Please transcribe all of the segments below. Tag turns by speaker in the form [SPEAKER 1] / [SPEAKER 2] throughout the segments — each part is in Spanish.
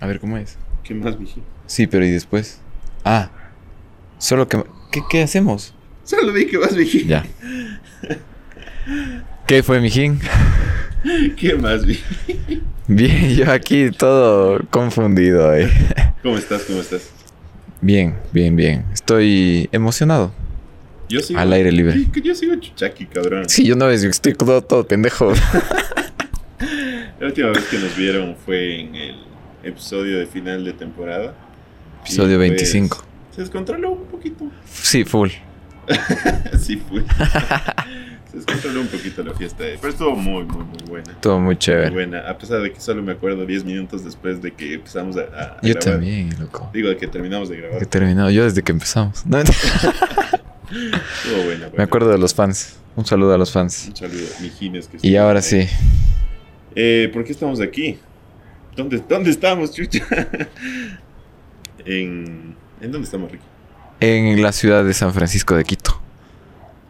[SPEAKER 1] A ver, ¿cómo es?
[SPEAKER 2] ¿Qué más, Vigi?
[SPEAKER 1] Sí, pero ¿y después? Ah, solo que... ¿Qué, qué hacemos?
[SPEAKER 2] Solo di que más, Vigi.
[SPEAKER 1] Ya. ¿Qué fue, mijín?
[SPEAKER 2] ¿Qué más, Vigi?
[SPEAKER 1] Bien, yo aquí todo confundido. eh.
[SPEAKER 2] ¿Cómo estás? ¿Cómo estás?
[SPEAKER 1] Bien, bien, bien. Estoy emocionado.
[SPEAKER 2] Yo sigo.
[SPEAKER 1] Al aire libre.
[SPEAKER 2] Sí, que Yo sigo chuchaqui, cabrón.
[SPEAKER 1] Sí, yo no vez estoy todo, todo pendejo.
[SPEAKER 2] La última vez que nos vieron fue en el episodio de final de temporada. Y,
[SPEAKER 1] Episodio
[SPEAKER 2] pues,
[SPEAKER 1] 25.
[SPEAKER 2] Se descontroló un poquito.
[SPEAKER 1] Sí, full.
[SPEAKER 2] Así fue. se descontroló un poquito la fiesta. eh, Pero estuvo muy, muy, muy buena.
[SPEAKER 1] Todo muy
[SPEAKER 2] Muy
[SPEAKER 1] chévere.
[SPEAKER 2] buena. A pesar de que solo me acuerdo 10 minutos después de que empezamos a, a- a
[SPEAKER 1] Yo
[SPEAKER 2] grabar.
[SPEAKER 1] también, loco.
[SPEAKER 2] Digo, de que terminamos de grabar.
[SPEAKER 1] He terminado yo desde que empezamos. No,
[SPEAKER 2] Estuvo buena.
[SPEAKER 1] me
[SPEAKER 2] buena.
[SPEAKER 1] acuerdo de los fans. Un saludo a los fans.
[SPEAKER 2] Un saludo a Mijines que
[SPEAKER 1] Y
[SPEAKER 2] estuvo
[SPEAKER 1] ahora sí.
[SPEAKER 2] ahí. Eh, ¿Por qué estamos aquí? ¿Dónde, dónde estamos, chucha? en, ¿En dónde estamos, Ricky?
[SPEAKER 1] En la ciudad de San Francisco de Quito.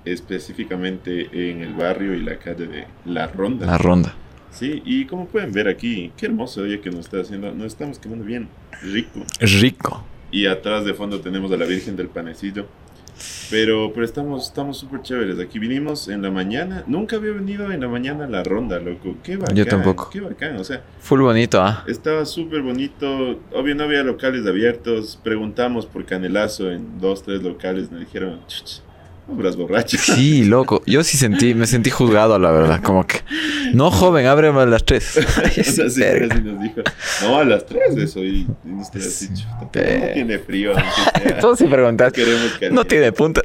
[SPEAKER 2] Específicamente en el barrio y la calle de La Ronda.
[SPEAKER 1] La ronda.
[SPEAKER 2] Sí, y como pueden ver aquí, qué hermoso día que nos está haciendo. Nos estamos quemando bien, rico.
[SPEAKER 1] Rico.
[SPEAKER 2] Y atrás de fondo tenemos a la Virgen del Panecillo. Pero, pero estamos estamos súper chéveres. Aquí vinimos en la mañana. Nunca había venido en la mañana a la ronda, loco. Qué bacán.
[SPEAKER 1] tampoco.
[SPEAKER 2] Qué bacán. O sea,
[SPEAKER 1] Full bonito, ¿ah?
[SPEAKER 2] Estaba súper bonito. Obvio, no había locales abiertos. Preguntamos por Canelazo en dos, tres locales. Nos dijeron, "Chuch, obras borrachas.
[SPEAKER 1] Sí, loco. Yo sí sentí, me sentí juzgado, la verdad. Como que, no, joven, ábreme a las tres.
[SPEAKER 2] O sea, sí,
[SPEAKER 1] Verga.
[SPEAKER 2] sí nos dijo, no, a las tres eso. Y, y nosotros así,
[SPEAKER 1] Sí.
[SPEAKER 2] "Chuta, pero no tiene frío. aunque sea,
[SPEAKER 1] Entonces preguntaste,
[SPEAKER 2] queremos
[SPEAKER 1] no
[SPEAKER 2] canela".
[SPEAKER 1] tiene puntas.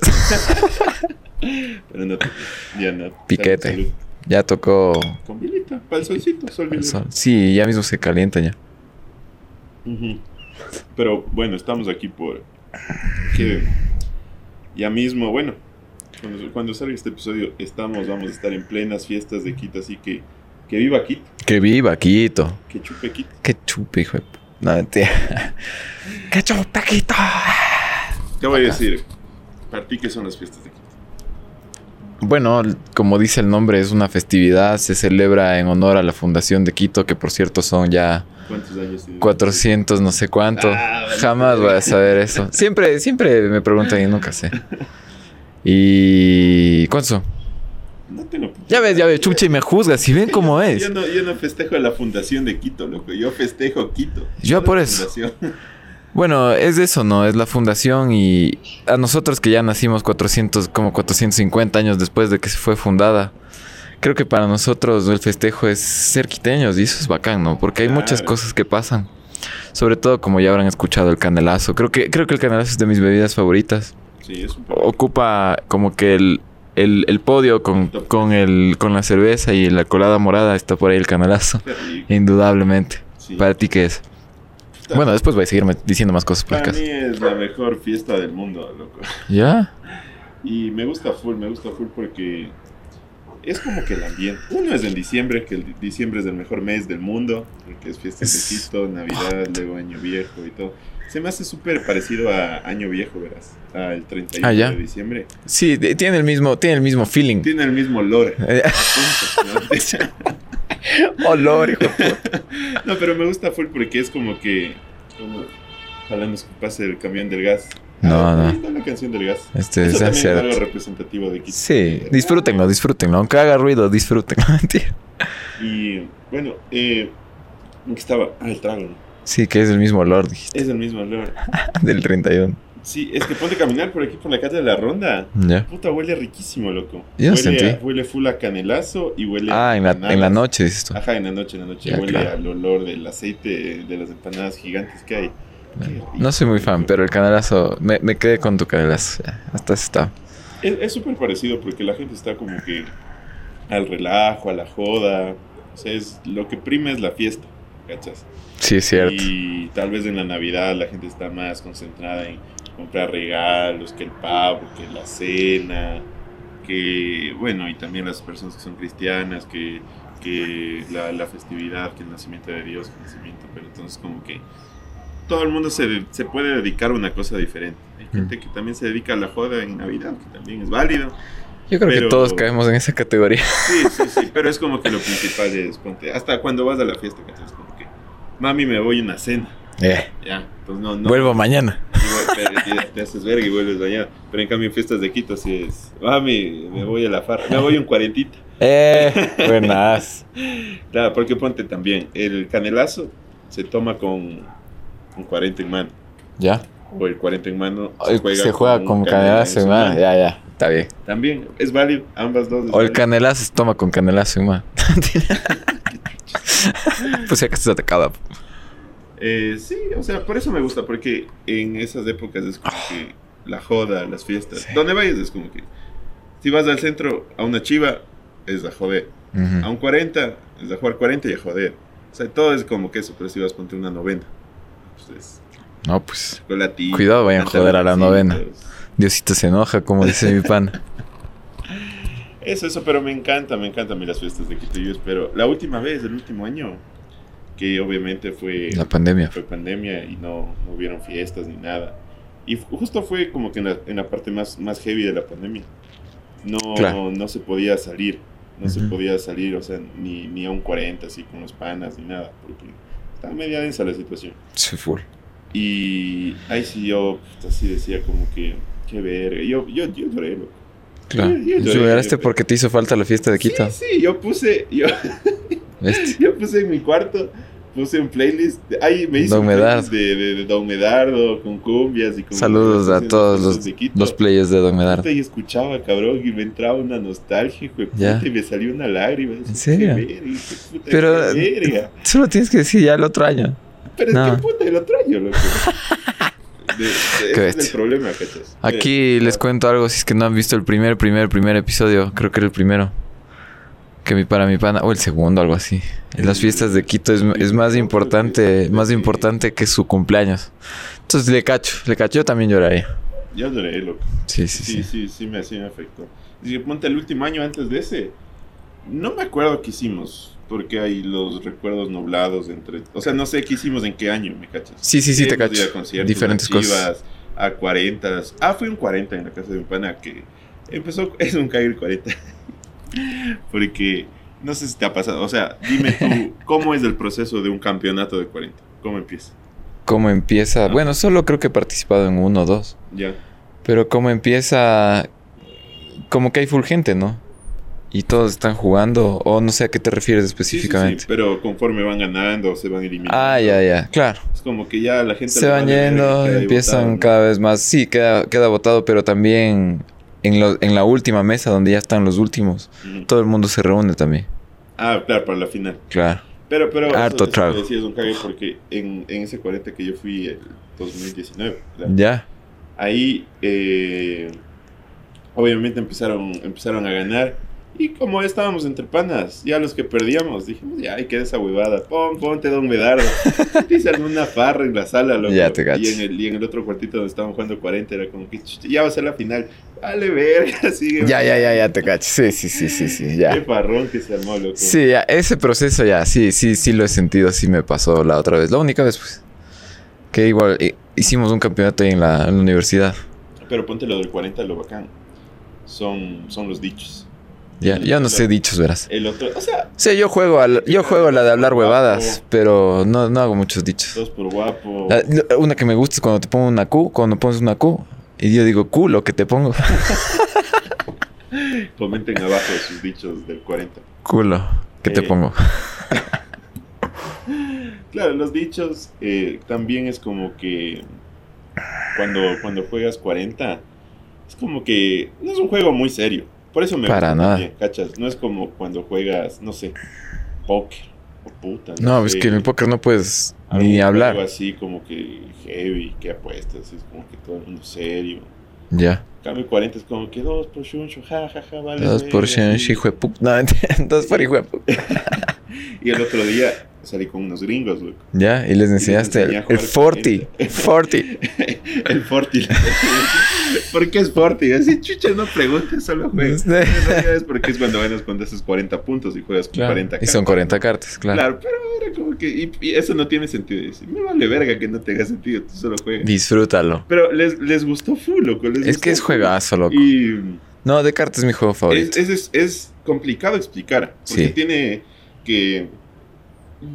[SPEAKER 2] Pero no tiene. Ya no. Salud,
[SPEAKER 1] Piquete.
[SPEAKER 2] salud.
[SPEAKER 1] Ya tocó
[SPEAKER 2] Con vilita, para el solcito, sol
[SPEAKER 1] el
[SPEAKER 2] vilita.
[SPEAKER 1] sol. Sí, ya mismo se calienta ya.
[SPEAKER 2] Ujú. Pero bueno, estamos aquí por que ya mismo, bueno, cuando, cuando salga este episodio estamos, vamos a estar en plenas fiestas de Quito, así que que viva Quito,
[SPEAKER 1] Que viva, Quito.
[SPEAKER 2] que chupe Quito.
[SPEAKER 1] Qué chupe, hijo de... p- No, mentira. Qué chupe, Quito.
[SPEAKER 2] Te voy a decir, para ti, ¿qué son las fiestas de Quito?
[SPEAKER 1] Bueno, como dice el nombre, es una festividad. Se celebra en honor a la Fundación de Quito, que por cierto son ya
[SPEAKER 2] ¿Cuántos años tienes?
[SPEAKER 1] 400 no sé cuánto.
[SPEAKER 2] Ah, vale.
[SPEAKER 1] Jamás voy a saber eso. Siempre, siempre me preguntan y nunca sé. ¿Y cuántos son?
[SPEAKER 2] No tengo...
[SPEAKER 1] Ya ves, ya ves, chucha y me juzgas. Si ven cómo
[SPEAKER 2] Yo
[SPEAKER 1] es.
[SPEAKER 2] no, yo no festejo la fundación de Quito, loco. Yo festejo Quito.
[SPEAKER 1] Yo
[SPEAKER 2] No la
[SPEAKER 1] por eso.
[SPEAKER 2] fundación.
[SPEAKER 1] Bueno, es eso, ¿no? Es la fundación y a nosotros que ya nacimos 400, como 450 años después de que se fue fundada, creo que para nosotros el festejo es ser quiteños y eso es bacán, ¿no? Porque hay muchas
[SPEAKER 2] Claro.
[SPEAKER 1] cosas que pasan. Sobre todo, como ya habrán escuchado, el canelazo. Creo que, creo que el canelazo es de mis bebidas favoritas.
[SPEAKER 2] Sí, es un poco...
[SPEAKER 1] Ocupa como que el, el- el podio con, con, el, con la cerveza y la colada morada está por ahí el canelazo.
[SPEAKER 2] qué rico,
[SPEAKER 1] Indudablemente.
[SPEAKER 2] sí.
[SPEAKER 1] ¿Para ti qué es? Bueno, después voy a seguirme diciendo más cosas por
[SPEAKER 2] Para
[SPEAKER 1] acá.
[SPEAKER 2] mí es la mejor fiesta del mundo, loco.
[SPEAKER 1] ¿Ya?
[SPEAKER 2] Y me gusta full, me gusta full porque es como que el ambiente. Uno es en diciembre, que el di- diciembre es el mejor mes del mundo, porque es fiestas de
[SPEAKER 1] Es-
[SPEAKER 2] Quito, Navidad, luego Año Viejo y todo. Se me hace súper parecido a Año Viejo, verás, al 31
[SPEAKER 1] Ah, ya.
[SPEAKER 2] de diciembre.
[SPEAKER 1] Sí, de- tiene el mismo, tiene el mismo feeling.
[SPEAKER 2] Tiene el mismo olor.
[SPEAKER 1] Eh,
[SPEAKER 2] punto, ¿no?
[SPEAKER 1] Olor, hijo.
[SPEAKER 2] No, pero me gusta full porque es como que. Como, ojalá nos pase el camión del gas.
[SPEAKER 1] No,
[SPEAKER 2] Ah,
[SPEAKER 1] no.
[SPEAKER 2] ahí está la canción del gas.
[SPEAKER 1] Este
[SPEAKER 2] Eso
[SPEAKER 1] es
[SPEAKER 2] también es
[SPEAKER 1] cierto.
[SPEAKER 2] algo representativo de Quito.
[SPEAKER 1] Sí, disfrútenlo, disfrútenlo. Aunque haga ruido, disfrútenlo. Mentira.
[SPEAKER 2] Y bueno, eh, ¿en qué estaba? Ah, el trago.
[SPEAKER 1] sí, que es el mismo olor dijiste,
[SPEAKER 2] Es el mismo olor.
[SPEAKER 1] del 31.
[SPEAKER 2] Sí, es que ponte a caminar por aquí por la calle de la ronda.
[SPEAKER 1] ¿Ya?
[SPEAKER 2] Puta, huele riquísimo, loco.
[SPEAKER 1] Yo
[SPEAKER 2] huele,
[SPEAKER 1] sentí.
[SPEAKER 2] a- huele full a canelazo y huele
[SPEAKER 1] Ah,
[SPEAKER 2] a
[SPEAKER 1] en la,
[SPEAKER 2] empanadas.
[SPEAKER 1] en la noche dices tú.
[SPEAKER 2] Ajá, en la noche, en la noche.
[SPEAKER 1] Ya,
[SPEAKER 2] huele
[SPEAKER 1] claro.
[SPEAKER 2] al olor del aceite de las empanadas gigantes que hay. Qué rico,
[SPEAKER 1] No soy muy fan,
[SPEAKER 2] loco.
[SPEAKER 1] pero el canelazo, me, me quedé con tu canelazo. ya. Hasta está.
[SPEAKER 2] Es es súper parecido porque la gente está como que al relajo, a la joda. O sea, es, lo que prima es la fiesta, ¿cachas?
[SPEAKER 1] Sí, es cierto.
[SPEAKER 2] Y tal vez en la Navidad la gente está más concentrada en comprar regalos, que el pavo, que la cena, que, bueno, y también las personas que son cristianas, que, que la, la festividad, que el nacimiento de Dios, que el nacimiento, pero entonces como que todo el mundo se, se puede dedicar a una cosa diferente. Hay gente que también se dedica a la joda en Navidad, que también es válido.
[SPEAKER 1] Yo creo que
[SPEAKER 2] Pero-
[SPEAKER 1] todos caemos en esa categoría.
[SPEAKER 2] Sí, sí, sí, pero es como que lo principal es, ponte, hasta cuando vas a la fiesta, ¿cachai? Es como que, mami, me voy a una cena,
[SPEAKER 1] Eh,
[SPEAKER 2] ya, pues no, no.
[SPEAKER 1] Vuelvo mañana.
[SPEAKER 2] Y vuel- pero te, te haces verga y vuelves allá. Pero en cambio en fiestas de Quito sí es, mami, me voy a la farra, me voy a un cuarentita.
[SPEAKER 1] Eh, buenas.
[SPEAKER 2] Claro, porque ponte también, el canelazo se toma con un 40 en mano,
[SPEAKER 1] Ya.
[SPEAKER 2] o el 40 en mano
[SPEAKER 1] Ay, se juega
[SPEAKER 2] un
[SPEAKER 1] con
[SPEAKER 2] canela en
[SPEAKER 1] canelazo
[SPEAKER 2] su
[SPEAKER 1] y más.
[SPEAKER 2] mano.
[SPEAKER 1] Ya, ya. Está bien.
[SPEAKER 2] También, es válido, ambas dos. es
[SPEAKER 1] O el
[SPEAKER 2] válido.
[SPEAKER 1] canelazo se toma con canelazo y más. pues si acaso se te acaba.
[SPEAKER 2] Eh, sí, o sea, por eso me gusta, porque en esas épocas es como que la joda, las fiestas.
[SPEAKER 1] Sí.
[SPEAKER 2] Donde vayas es como que. Si vas al centro a una chiva, es a joder. A
[SPEAKER 1] Ujú.
[SPEAKER 2] un 40, es a jugar 40 y a joder. O sea, todo es como que eso, pero si vas ponte una novena. Pues es
[SPEAKER 1] No, pues.
[SPEAKER 2] chocolatito,
[SPEAKER 1] Cuidado, vayan a joder a la novena.
[SPEAKER 2] pantaloncitos.
[SPEAKER 1] Diosito se enoja, como dice mi pan.
[SPEAKER 2] Eso, eso, pero me encanta, me encantan a mí las fiestas de Quito. Yo espero. La última vez, el último año, que obviamente fue.
[SPEAKER 1] La pandemia.
[SPEAKER 2] fue pandemia y no, no hubieron fiestas ni nada. Y fu- justo fue como que en la, en la parte más, más heavy de la pandemia. No,
[SPEAKER 1] Claro.
[SPEAKER 2] no se podía salir, no se
[SPEAKER 1] Ujú.
[SPEAKER 2] podía salir, o sea, ni, ni a un 40 así con los panas ni nada, porque estaba media densa la situación.
[SPEAKER 1] Sí, full.
[SPEAKER 2] Y ahí sí yo puta, así decía como que, qué verga, yo, yo, yo lloré. loco.
[SPEAKER 1] Claro.
[SPEAKER 2] Yo- yo- yo-
[SPEAKER 1] Lloraste
[SPEAKER 2] yo-
[SPEAKER 1] porque te hizo falta la fiesta de Quito. Este,
[SPEAKER 2] Sí, sí, yo puse, yo,
[SPEAKER 1] ¿Viste?
[SPEAKER 2] Yo puse en mi cuarto, puse un playlist. Ahí me hice
[SPEAKER 1] Don
[SPEAKER 2] un
[SPEAKER 1] Medardo.
[SPEAKER 2] playlist de, de, de Don Medardo con cumbias y con.
[SPEAKER 1] Saludos a todos los,
[SPEAKER 2] de Quito.
[SPEAKER 1] los players de Don Medardo.
[SPEAKER 2] Puta, Y escuchaba, cabrón, y me entraba una nostalgia, hijo de
[SPEAKER 1] Ya.
[SPEAKER 2] puta, y me salió una lágrima. Decía,
[SPEAKER 1] ¿En serio?
[SPEAKER 2] "Qué verga, hijo de puta,
[SPEAKER 1] Pero-
[SPEAKER 2] qué verga".
[SPEAKER 1] Solo tienes que decir ya el otro año.
[SPEAKER 2] Pero es
[SPEAKER 1] No.
[SPEAKER 2] que puta, el otro año, loco. De, de- ese es el
[SPEAKER 1] bestia.
[SPEAKER 2] problema, cachas.
[SPEAKER 1] Aquí les cuento algo, si es que no han visto el primer, primer, primer episodio, creo que era el primero. Que mi para mi pana, o el segundo, algo así. En las fiestas de Quito es, es más importante, más importante que su cumpleaños. Entonces le cacho, le cacho, yo también lloraría.
[SPEAKER 2] Ya lloré, loco.
[SPEAKER 1] Sí, sí,
[SPEAKER 2] Sí,
[SPEAKER 1] sí.
[SPEAKER 2] sí, sí, me, sí me afectó. Dije, ponte el último año antes de ese. No me acuerdo qué hicimos, porque hay los recuerdos nublados entre... O sea, no sé qué hicimos en qué año, ¿me cachas?
[SPEAKER 1] Sí, sí, sí, te
[SPEAKER 2] Hemos ido a
[SPEAKER 1] cacho.
[SPEAKER 2] conciertos,
[SPEAKER 1] Diferentes
[SPEAKER 2] a chivas,
[SPEAKER 1] cosas.
[SPEAKER 2] A 40. Ah, fue un 40 en la casa de un pana que empezó... Es un cague el 40. porque no sé si te ha pasado. O sea, dime tú, ¿cómo es el proceso de un campeonato de 40? ¿Cómo empieza?
[SPEAKER 1] ¿Cómo empieza? Bueno, solo creo que he participado en uno o dos.
[SPEAKER 2] Ya.
[SPEAKER 1] Pero cómo empieza, como que hay full gente, ¿no? Y todos están jugando, o no sé a qué te refieres
[SPEAKER 2] Sí, sí, sí,
[SPEAKER 1] específicamente.
[SPEAKER 2] pero conforme van ganando, se van eliminando.
[SPEAKER 1] Ah, ya, ya, claro.
[SPEAKER 2] Es como que ya la gente...
[SPEAKER 1] Se
[SPEAKER 2] le
[SPEAKER 1] van
[SPEAKER 2] vale verga
[SPEAKER 1] yendo,
[SPEAKER 2] que haya
[SPEAKER 1] empiezan
[SPEAKER 2] votado, ¿no?
[SPEAKER 1] cada vez más. Sí, queda, queda votado, pero también en, lo- en la última mesa donde ya están los últimos,
[SPEAKER 2] Ujú.
[SPEAKER 1] todo el mundo se reúne también.
[SPEAKER 2] Ah, claro, para la final.
[SPEAKER 1] Claro.
[SPEAKER 2] Pero, pero eso-
[SPEAKER 1] Harto
[SPEAKER 2] eso,
[SPEAKER 1] trago.
[SPEAKER 2] que decías, don Cague, porque en, en ese 40 que yo fui el 2019, ¿verdad?
[SPEAKER 1] Ya.
[SPEAKER 2] ahí eh, obviamente empezaron, empezaron a ganar. Y como ya estábamos entre panas, ya los que perdíamos, dijimos, ya, ay, queda esa huevada, pon, ponte Don Medardo. Dice alguna farra en la sala, loco.
[SPEAKER 1] Ya te cacho.
[SPEAKER 2] y, en el, y en el otro cuartito donde estaban jugando 40 era como que, "Chuch, ya va a ser la final. Vale, verga, sigue.
[SPEAKER 1] Ya, ya, ya, ya te cacho. Sí, sí, sí, sí, sí,
[SPEAKER 2] Qué
[SPEAKER 1] ya.
[SPEAKER 2] parrón que se armó, loco.
[SPEAKER 1] Sí, ya, ese proceso ya, sí, sí, sí lo he sentido, sí me pasó la otra vez. La única vez, pues. Que igual eh, hicimos un campeonato ahí en la, en la universidad.
[SPEAKER 2] Pero ponte lo del 40, lo bacán. Son, son los dichos.
[SPEAKER 1] Ya, yo no sé dichos, verás.
[SPEAKER 2] El otro, o sea,
[SPEAKER 1] O sea, yo juego, al, yo juego la de hablar huevadas, pero no, no hago muchos dichos.
[SPEAKER 2] dos por guapo.
[SPEAKER 1] La- la- una que me gusta es cuando te pongo una Q, cuando pones una Q. Y yo digo, Q, lo que te pongo.
[SPEAKER 2] Comenten abajo sus dichos del 40.
[SPEAKER 1] Culo, que te
[SPEAKER 2] Eh.
[SPEAKER 1] pongo.
[SPEAKER 2] Claro, los dichos eh, también es como que cuando, cuando juegas 40, es como que no es un juego muy serio. Por eso me
[SPEAKER 1] Para
[SPEAKER 2] gusta
[SPEAKER 1] nada.
[SPEAKER 2] también, ¿cachas? No es como cuando juegas, no sé, póker o puta.
[SPEAKER 1] No, es
[SPEAKER 2] sé,
[SPEAKER 1] que en el póker no puedes
[SPEAKER 2] algún
[SPEAKER 1] ni
[SPEAKER 2] juego
[SPEAKER 1] hablar.
[SPEAKER 2] así como que heavy, que apuestas, es como que todo el mundo serio.
[SPEAKER 1] Ya.
[SPEAKER 2] Cambio 40 es como que dos por shuncho, ja, ja, ja, vale.
[SPEAKER 1] Dos por
[SPEAKER 2] verga,
[SPEAKER 1] cien,
[SPEAKER 2] sí.
[SPEAKER 1] hijo de puta. No, mentira, dos por hijo de puta.
[SPEAKER 2] Y el otro día salí con unos gringos, loco.
[SPEAKER 1] Ya, y les enseñaste
[SPEAKER 2] enseñé a
[SPEAKER 1] el,
[SPEAKER 2] jugar
[SPEAKER 1] el
[SPEAKER 2] con
[SPEAKER 1] Forti.
[SPEAKER 2] él.
[SPEAKER 1] Forti.
[SPEAKER 2] el Forti. ¿Por qué es Forti? Así, chucha, no preguntes, solo juegas.
[SPEAKER 1] Sí.
[SPEAKER 2] No sabes por qué es cuando ganas cuando haces 40 puntos y juegas con
[SPEAKER 1] Claro.
[SPEAKER 2] 40
[SPEAKER 1] Este, Y son 40 cartas, claro.
[SPEAKER 2] Claro, pero era como que. Y, y eso no tiene sentido. Y Dice, me vale verga que no tenga sentido, tú solo juegas.
[SPEAKER 1] Disfrútalo.
[SPEAKER 2] Pero les, les gustó full, loco. les
[SPEAKER 1] Es que es
[SPEAKER 2] gustó full.
[SPEAKER 1] juegazo, loco.
[SPEAKER 2] Y
[SPEAKER 1] No, de cartas es mi juego favorito.
[SPEAKER 2] es, es, es- es complicado explicar. Porque
[SPEAKER 1] Sí.
[SPEAKER 2] tiene que.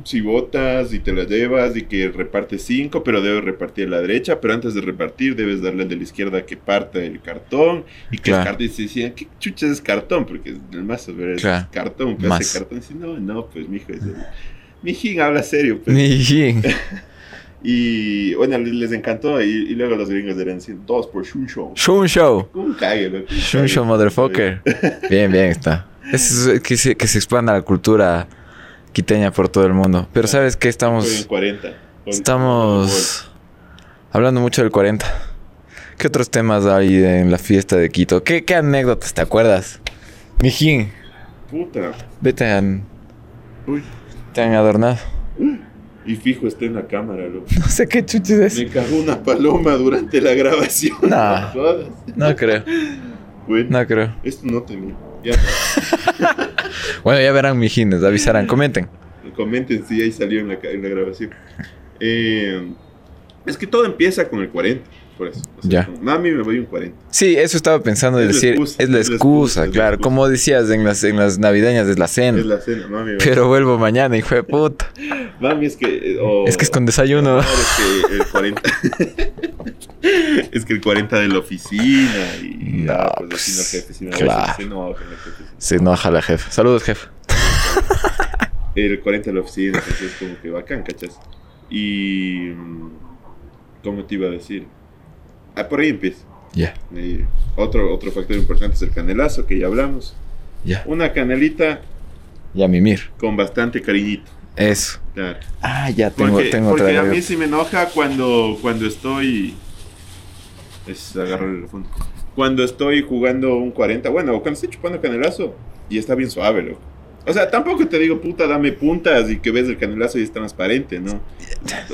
[SPEAKER 2] Si botas y te la llevas y que repartes 5, pero debes repartir a la derecha. Pero antes de repartir, debes darle al de la izquierda que parte el cartón. Y que
[SPEAKER 1] Claro.
[SPEAKER 2] el cartón y se decía, ¿qué chuches es cartón? Porque el mazo ¿verdad? es
[SPEAKER 1] Claro.
[SPEAKER 2] cartón. Pero
[SPEAKER 1] Mazo.
[SPEAKER 2] ese cartón dice, no, no, pues mijo. Es el... Mijín habla serio. Pues.
[SPEAKER 1] Ni jin.
[SPEAKER 2] Y bueno, les, les encantó. Y, y luego los gringos eran así, dos por Shunsho.
[SPEAKER 1] Shun Show.
[SPEAKER 2] ¿Cómo cague, loco? ¿Cómo
[SPEAKER 1] Shun
[SPEAKER 2] cague?
[SPEAKER 1] Show, motherfucker. Bien, bien está. Es es que se, que se expanda la cultura quiteña por todo el mundo. Pero
[SPEAKER 2] Claro.
[SPEAKER 1] sabes que
[SPEAKER 2] Estoy en
[SPEAKER 1] estamos.
[SPEAKER 2] 40. Con-
[SPEAKER 1] Estamos hablando mucho del 40. ¿Qué otros temas hay en la fiesta de Quito? ¿Qué, qué anécdotas te acuerdas? Mijín,
[SPEAKER 2] Puta.
[SPEAKER 1] vete han,
[SPEAKER 2] Uy.
[SPEAKER 1] te han adornado.
[SPEAKER 2] Y fijo, está en la cámara, loco.
[SPEAKER 1] No sé qué chuches es.
[SPEAKER 2] Me cagó una paloma durante la grabación.
[SPEAKER 1] Nah.
[SPEAKER 2] No jodas.
[SPEAKER 1] No creo,
[SPEAKER 2] Bueno,
[SPEAKER 1] no creo.
[SPEAKER 2] esto no tenía. Ya,
[SPEAKER 1] Bueno, ya verán, mijines, avisarán, comenten.
[SPEAKER 2] comenten si ahí salió en la, ca- en la grabación. Eh, es que todo empieza con el 40. Por eso. O sea,
[SPEAKER 1] Ya.
[SPEAKER 2] con Mami, me voy un 40.
[SPEAKER 1] Sí, eso estaba pensando de
[SPEAKER 2] Es la
[SPEAKER 1] decir.
[SPEAKER 2] excusa,
[SPEAKER 1] es la excusa,
[SPEAKER 2] es la
[SPEAKER 1] claro.
[SPEAKER 2] excusa.
[SPEAKER 1] Como decías en las, en las navideñas, es la cena.
[SPEAKER 2] Es la cena, mami. va.
[SPEAKER 1] Pero vuelvo mañana, hijo de puta.
[SPEAKER 2] Mami, es que. eh, o-
[SPEAKER 1] Es que es con desayuno.
[SPEAKER 2] Claro, es que el 40. es que el 40 de la oficina. Y
[SPEAKER 1] No,
[SPEAKER 2] ah,
[SPEAKER 1] pues,
[SPEAKER 2] pues así los jefes. y me
[SPEAKER 1] claro.
[SPEAKER 2] voy, se enojan los jefes.
[SPEAKER 1] Se enoja la jefa. Saludos, jefe.
[SPEAKER 2] El 40 de la oficina, entonces es como que bacán, ¿cachas? Y. mm, ¿Cómo te iba a decir? Ah, por ahí empieza.
[SPEAKER 1] Ya,
[SPEAKER 2] Y otro, otro factor importante es el canelazo, que ya hablamos.
[SPEAKER 1] ya.
[SPEAKER 2] Una canelita
[SPEAKER 1] Ya, mimir.
[SPEAKER 2] con bastante cariñito.
[SPEAKER 1] Eso.
[SPEAKER 2] Claro.
[SPEAKER 1] Ah, ya tengo,
[SPEAKER 2] Porque,
[SPEAKER 1] tengo
[SPEAKER 2] porque
[SPEAKER 1] otra.
[SPEAKER 2] a mí sí me enoja cuando, cuando estoy. Es agarrarle el fondo. Cuando estoy jugando un 40, bueno, o cuando estoy chupando canelazo y está bien suave, loco. O sea, tampoco te digo, puta, dame puntas y que ves el canelazo y es transparente, ¿no?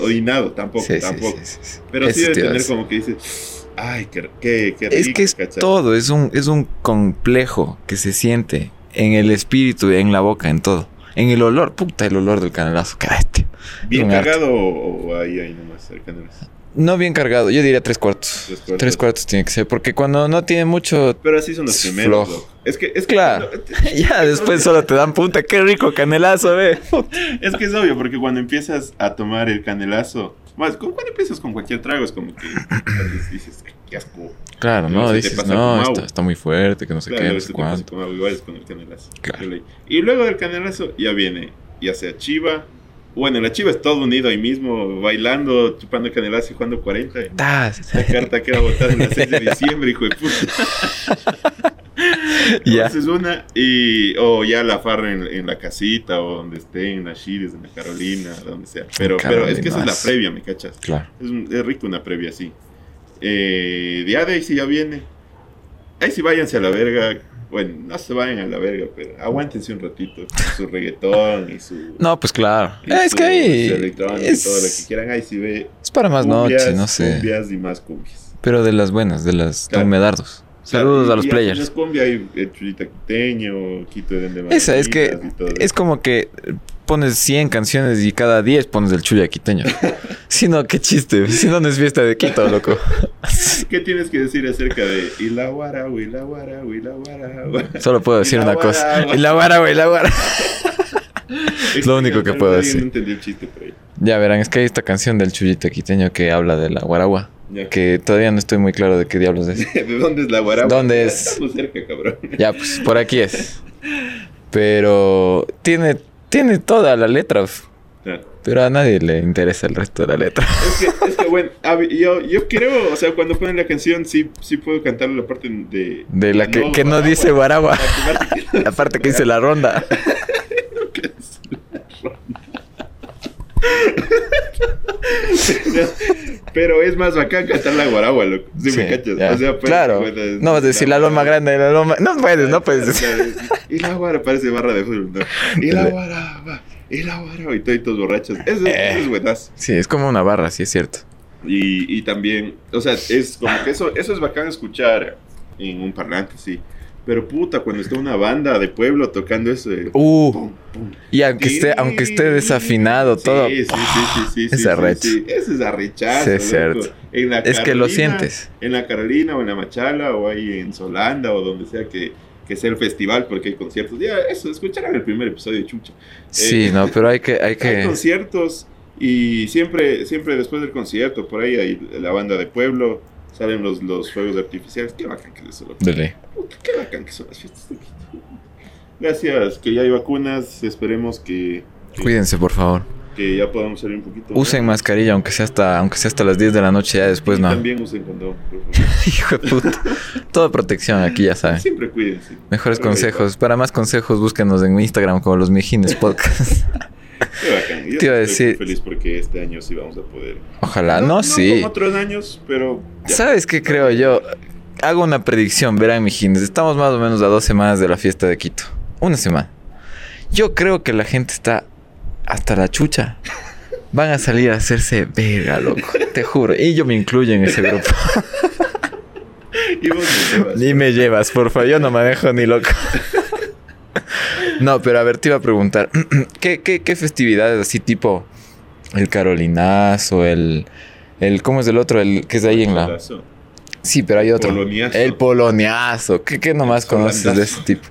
[SPEAKER 2] O dinado, tampoco,
[SPEAKER 1] Sí, sí,
[SPEAKER 2] tampoco.
[SPEAKER 1] sí, sí, sí.
[SPEAKER 2] Pero sí
[SPEAKER 1] Eso
[SPEAKER 2] debe
[SPEAKER 1] te iba a
[SPEAKER 2] tener
[SPEAKER 1] decir.
[SPEAKER 2] como que dices, ay, qué, qué, qué rico,
[SPEAKER 1] Es que es
[SPEAKER 2] ¿cachai?
[SPEAKER 1] todo, es un, es un complejo que se siente en el espíritu, en la boca, en todo. En el olor, puta, el olor del canelazo, qué bestia.
[SPEAKER 2] Bien
[SPEAKER 1] un arte.
[SPEAKER 2] cargado o, o ahí, ahí nomás, el canelazo.
[SPEAKER 1] No bien cargado, yo diría tres cuartos.
[SPEAKER 2] Tres cuartos.
[SPEAKER 1] Tres cuartos tiene que ser, porque cuando no tiene mucho.
[SPEAKER 2] Pero así son los
[SPEAKER 1] Es
[SPEAKER 2] primeros,
[SPEAKER 1] flojo.
[SPEAKER 2] loco. Es que, es que
[SPEAKER 1] Claro.
[SPEAKER 2] cuando-
[SPEAKER 1] ya, después solo te dan punta, qué rico canelazo, ve.
[SPEAKER 2] Es que es obvio, porque cuando empiezas a tomar el canelazo, más, ¿con cuando empiezas con cualquier trago? Es como que dices, dices, "Ay, qué asco.
[SPEAKER 1] Claro,
[SPEAKER 2] No,
[SPEAKER 1] no,
[SPEAKER 2] se te
[SPEAKER 1] dices,
[SPEAKER 2] pasa
[SPEAKER 1] no,
[SPEAKER 2] como
[SPEAKER 1] está,
[SPEAKER 2] agua.
[SPEAKER 1] está muy fuerte, que no sé
[SPEAKER 2] Claro,
[SPEAKER 1] qué, no
[SPEAKER 2] esto
[SPEAKER 1] sé
[SPEAKER 2] te pasa
[SPEAKER 1] cuánto.
[SPEAKER 2] con agua, igual es con el canelazo.
[SPEAKER 1] Claro.
[SPEAKER 2] Yo leí. Y luego del canelazo ya viene, ya sea chiva. Bueno, la chiva es todo unido ahí mismo, bailando, chupando canelazo y jugando 40. y
[SPEAKER 1] Tas.
[SPEAKER 2] La carta que era votar el 6 de diciembre, hijo de puta.
[SPEAKER 1] Ya.
[SPEAKER 2] Entonces una, y, o ya la farra en, en la casita, o donde esté, en las Shires, en la Carolina, donde sea. Pero, pero es que esa es la
[SPEAKER 1] Carolinas.
[SPEAKER 2] previa, ¿me cachas?
[SPEAKER 1] Claro.
[SPEAKER 2] Es, un- es rico una previa así. Eh, de ahí si ya viene. Ahí sí váyanse a la verga. Bueno, no se vayan a la verga, pero aguántense un ratito. con Su reggaetón y su.
[SPEAKER 1] No, pues claro.
[SPEAKER 2] y
[SPEAKER 1] es
[SPEAKER 2] su-
[SPEAKER 1] que
[SPEAKER 2] su
[SPEAKER 1] ahí.
[SPEAKER 2] electrónica y todo lo que
[SPEAKER 1] Es,
[SPEAKER 2] quieran. Ahí sí ve.
[SPEAKER 1] es para más
[SPEAKER 2] cumbias,
[SPEAKER 1] noche, no sé.
[SPEAKER 2] Cumbias y más cumbias.
[SPEAKER 1] Pero de las buenas, de las
[SPEAKER 2] Claro.
[SPEAKER 1] de medardos. Saludos
[SPEAKER 2] Claro, y-
[SPEAKER 1] a los
[SPEAKER 2] y
[SPEAKER 1] players.
[SPEAKER 2] No es cumbia, hay eh, chulita quiteño, quito de Ende
[SPEAKER 1] Esa, es que-
[SPEAKER 2] Margaritas y todo
[SPEAKER 1] Es
[SPEAKER 2] eso.
[SPEAKER 1] como que pones 100 canciones y cada 10 pones el chulla quiteño. si no, qué chiste. Si no, no es fiesta de Quito, loco.
[SPEAKER 2] ¿Qué tienes que decir acerca de Ilaguara, Ilaguara, Ilaguara?
[SPEAKER 1] Solo puedo decir
[SPEAKER 2] Y la
[SPEAKER 1] una
[SPEAKER 2] guara,
[SPEAKER 1] cosa.
[SPEAKER 2] güey.
[SPEAKER 1] Y la vara, güey, la vara.
[SPEAKER 2] Es
[SPEAKER 1] Lo único que puedo decir.
[SPEAKER 2] No entendí el chiste por ahí.
[SPEAKER 1] Ya verán, es que hay esta canción del chullito quiteño que habla de la guaragua.
[SPEAKER 2] Ya.
[SPEAKER 1] Que todavía no estoy muy claro de qué diablos es.
[SPEAKER 2] ¿De dónde es la guaragua?
[SPEAKER 1] ¿Dónde es?
[SPEAKER 2] Estamos cerca, cabrón.
[SPEAKER 1] Ya, pues por aquí es. Pero tiene, tiene toda la letra. uf.
[SPEAKER 2] Ya.
[SPEAKER 1] Pero a nadie le interesa el resto de la letra.
[SPEAKER 2] Ah, Es que, es que bueno, a ver, yo, yo creo, o sea, cuando ponen la canción, sí, sí puedo cantar la parte de...
[SPEAKER 1] De la que no, que no
[SPEAKER 2] guaragua.
[SPEAKER 1] dice guaragua.
[SPEAKER 2] La parte que
[SPEAKER 1] La parte que dice la ronda.
[SPEAKER 2] que es la ronda. Pero es más bacán cantar la guaragua, loco. Si
[SPEAKER 1] Sí,
[SPEAKER 2] me cachas.
[SPEAKER 1] ya.
[SPEAKER 2] O sea, pues,
[SPEAKER 1] claro.
[SPEAKER 2] bueno, es-
[SPEAKER 1] no vas a decir la loma grande, la loma. No puedes, no Pues, puedes decir.
[SPEAKER 2] Claro, claro. Y la guara parece barra de fútbol. ¿no? Y la guaragua. Y la guaragua. Y todos- y todos borrachos. Eso, eso
[SPEAKER 1] Eh.
[SPEAKER 2] es buenazo.
[SPEAKER 1] Sí, es como una barra, sí es cierto.
[SPEAKER 2] Y, y también, o sea, es como que eso, eso es bacán escuchar en un parlante, sí. Pero puta, cuando está una banda de pueblo tocando eso. eh,
[SPEAKER 1] Uh,
[SPEAKER 2] pum, pum.
[SPEAKER 1] y aunque esté, aunque esté desafinado
[SPEAKER 2] Sí,
[SPEAKER 1] todo.
[SPEAKER 2] Sí, sí, sí, sí, sí,
[SPEAKER 1] es
[SPEAKER 2] sí,
[SPEAKER 1] arrecho.
[SPEAKER 2] sí. Ese es arrechazo.
[SPEAKER 1] Sí, es
[SPEAKER 2] loco.
[SPEAKER 1] cierto.
[SPEAKER 2] En la
[SPEAKER 1] Es que lo
[SPEAKER 2] Carolina-
[SPEAKER 1] sientes.
[SPEAKER 2] En la Carolina o en la Machala o ahí en Solanda o donde sea que, que sea el festival porque hay conciertos. Ya, eso, escucharon el primer episodio de Chucha.
[SPEAKER 1] Sí, no, pero hay que, hay
[SPEAKER 2] Hay
[SPEAKER 1] que.
[SPEAKER 2] conciertos y siempre, siempre después del concierto, por ahí hay la banda de pueblo, salen los, los fuegos artificiales. Qué bacán que es eso, loco.
[SPEAKER 1] Dele.
[SPEAKER 2] Puta, qué bacán que son las fiestas de Quito. Gracias, que ya hay vacunas, esperemos que, que-
[SPEAKER 1] Cuídense, por favor.
[SPEAKER 2] que ya podamos salir un poquito. ¿no?
[SPEAKER 1] Usen mascarilla, aunque sea hasta, aunque sea hasta las 10 de la noche, ya después
[SPEAKER 2] Y
[SPEAKER 1] no.
[SPEAKER 2] También usen condón, por favor.
[SPEAKER 1] Hijo de puta. Toda protección aquí, ya saben.
[SPEAKER 2] Siempre cuídense.
[SPEAKER 1] Mejores
[SPEAKER 2] Creo que
[SPEAKER 1] consejos. Para más consejos, búsquenos en Instagram como los Mejines Podcast.
[SPEAKER 2] Qué bacán. Yo
[SPEAKER 1] Te iba a
[SPEAKER 2] estoy
[SPEAKER 1] decir-
[SPEAKER 2] feliz porque este año sí vamos a poder.
[SPEAKER 1] Ojalá. No, sí.
[SPEAKER 2] Como otros años, pero. ya.
[SPEAKER 1] ¿Sabes qué creo yo? Hago una predicción, verán, Mijines. Estamos más o menos a dos semanas de la fiesta de Quito. Una semana. Yo creo que la gente está hasta la chucha. Van a salir a hacerse verga, loco. Te juro. Y yo me incluyo en ese grupo.
[SPEAKER 2] Y vos me llevas.
[SPEAKER 1] Ni me llevas, por favor. Yo no manejo ni loco. No, pero a ver, te iba a preguntar. ¿Qué, qué, qué festividades así tipo el carolinazo, el, el... ¿Cómo es el otro? El que es de ahí en la...
[SPEAKER 2] Abrazo.
[SPEAKER 1] Sí, pero hay otro.
[SPEAKER 2] Poloniazo.
[SPEAKER 1] El poloniazo. ¿Qué, qué nomás
[SPEAKER 2] El
[SPEAKER 1] conoces de
[SPEAKER 2] holandazo.
[SPEAKER 1] ese tipo?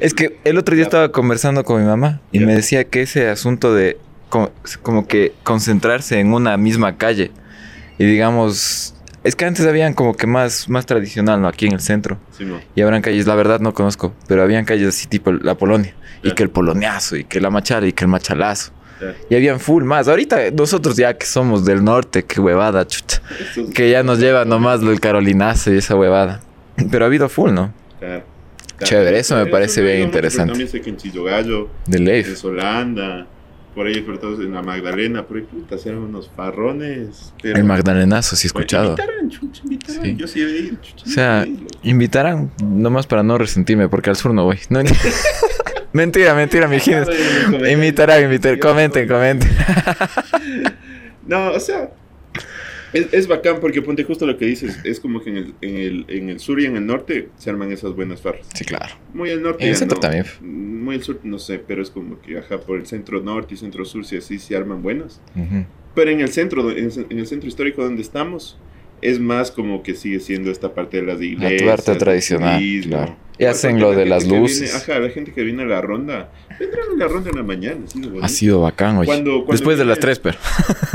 [SPEAKER 1] Es que el otro día estaba conversando con mi mamá y
[SPEAKER 2] Ya.
[SPEAKER 1] me decía que ese asunto de co- como que concentrarse en una misma calle y digamos... Es que antes habían como que más, más tradicional, ¿no? Aquí en el centro.
[SPEAKER 2] Simón.
[SPEAKER 1] Y habrán calles, la verdad no conozco, pero habían calles así tipo la Polonia. Y
[SPEAKER 2] Ya.
[SPEAKER 1] que el poloniazo, y que la machala, y que el machalazo.
[SPEAKER 2] Ya.
[SPEAKER 1] Y habían full más. Ahorita nosotros ya que somos del norte, qué huevada, chucha.
[SPEAKER 2] Estos-
[SPEAKER 1] Que ya nos lleva nomás el carolinazo y esa huevada. Pero ha habido full, ¿no?
[SPEAKER 2] Claro.
[SPEAKER 1] Chévere, eso me parece
[SPEAKER 2] no
[SPEAKER 1] bien
[SPEAKER 2] digo mucho, pero
[SPEAKER 1] interesante.
[SPEAKER 2] También sé que en Chillogallo,
[SPEAKER 1] De ley.
[SPEAKER 2] en Solanda, por ahí, por todos en la Magdalena, por ahí, puta, hacían unos farrones. Pero,
[SPEAKER 1] El magdalenazo, sí he
[SPEAKER 2] Bueno,
[SPEAKER 1] escuchado.
[SPEAKER 2] Invitaron, chucha, invitaron.
[SPEAKER 1] Sí.
[SPEAKER 2] Yo sí he ido, chucha.
[SPEAKER 1] O sea,
[SPEAKER 2] yo sí he ido.
[SPEAKER 1] Invitarán nomás para no resentirme, porque al sur no voy. No, mentira, mentira, mijines.
[SPEAKER 2] Ay, comenten.
[SPEAKER 1] Invitarán, invitar.
[SPEAKER 2] Yo
[SPEAKER 1] Comenten,
[SPEAKER 2] no
[SPEAKER 1] comenten.
[SPEAKER 2] No, o sea, es, es bacán porque ponte justo lo que dices. Es como que en el, en, el, en el sur y en el norte se arman esas buenas farras.
[SPEAKER 1] Sí, claro.
[SPEAKER 2] Muy al norte.
[SPEAKER 1] En el
[SPEAKER 2] ya
[SPEAKER 1] centro
[SPEAKER 2] no.
[SPEAKER 1] también.
[SPEAKER 2] Muy al sur, no sé, pero es como que, ajá, por el centro norte y centro sur, si así se arman buenas.
[SPEAKER 1] Ujú.
[SPEAKER 2] Pero en el centro, en en el centro histórico donde estamos, es más como que sigue siendo esta parte de las iglesias.
[SPEAKER 1] parte
[SPEAKER 2] del
[SPEAKER 1] tradicional, claro. Y
[SPEAKER 2] Aparte
[SPEAKER 1] hacen
[SPEAKER 2] que
[SPEAKER 1] lo
[SPEAKER 2] la
[SPEAKER 1] de
[SPEAKER 2] gente
[SPEAKER 1] las
[SPEAKER 2] que viene-
[SPEAKER 1] luces.
[SPEAKER 2] ajá, la gente que viene a la ronda, vendrán a la ronda en la mañana. así de bonito.
[SPEAKER 1] Ha sido bacán, oye.
[SPEAKER 2] Cuando- cuando
[SPEAKER 1] Después de las tres,
[SPEAKER 2] vienes-
[SPEAKER 1] pero.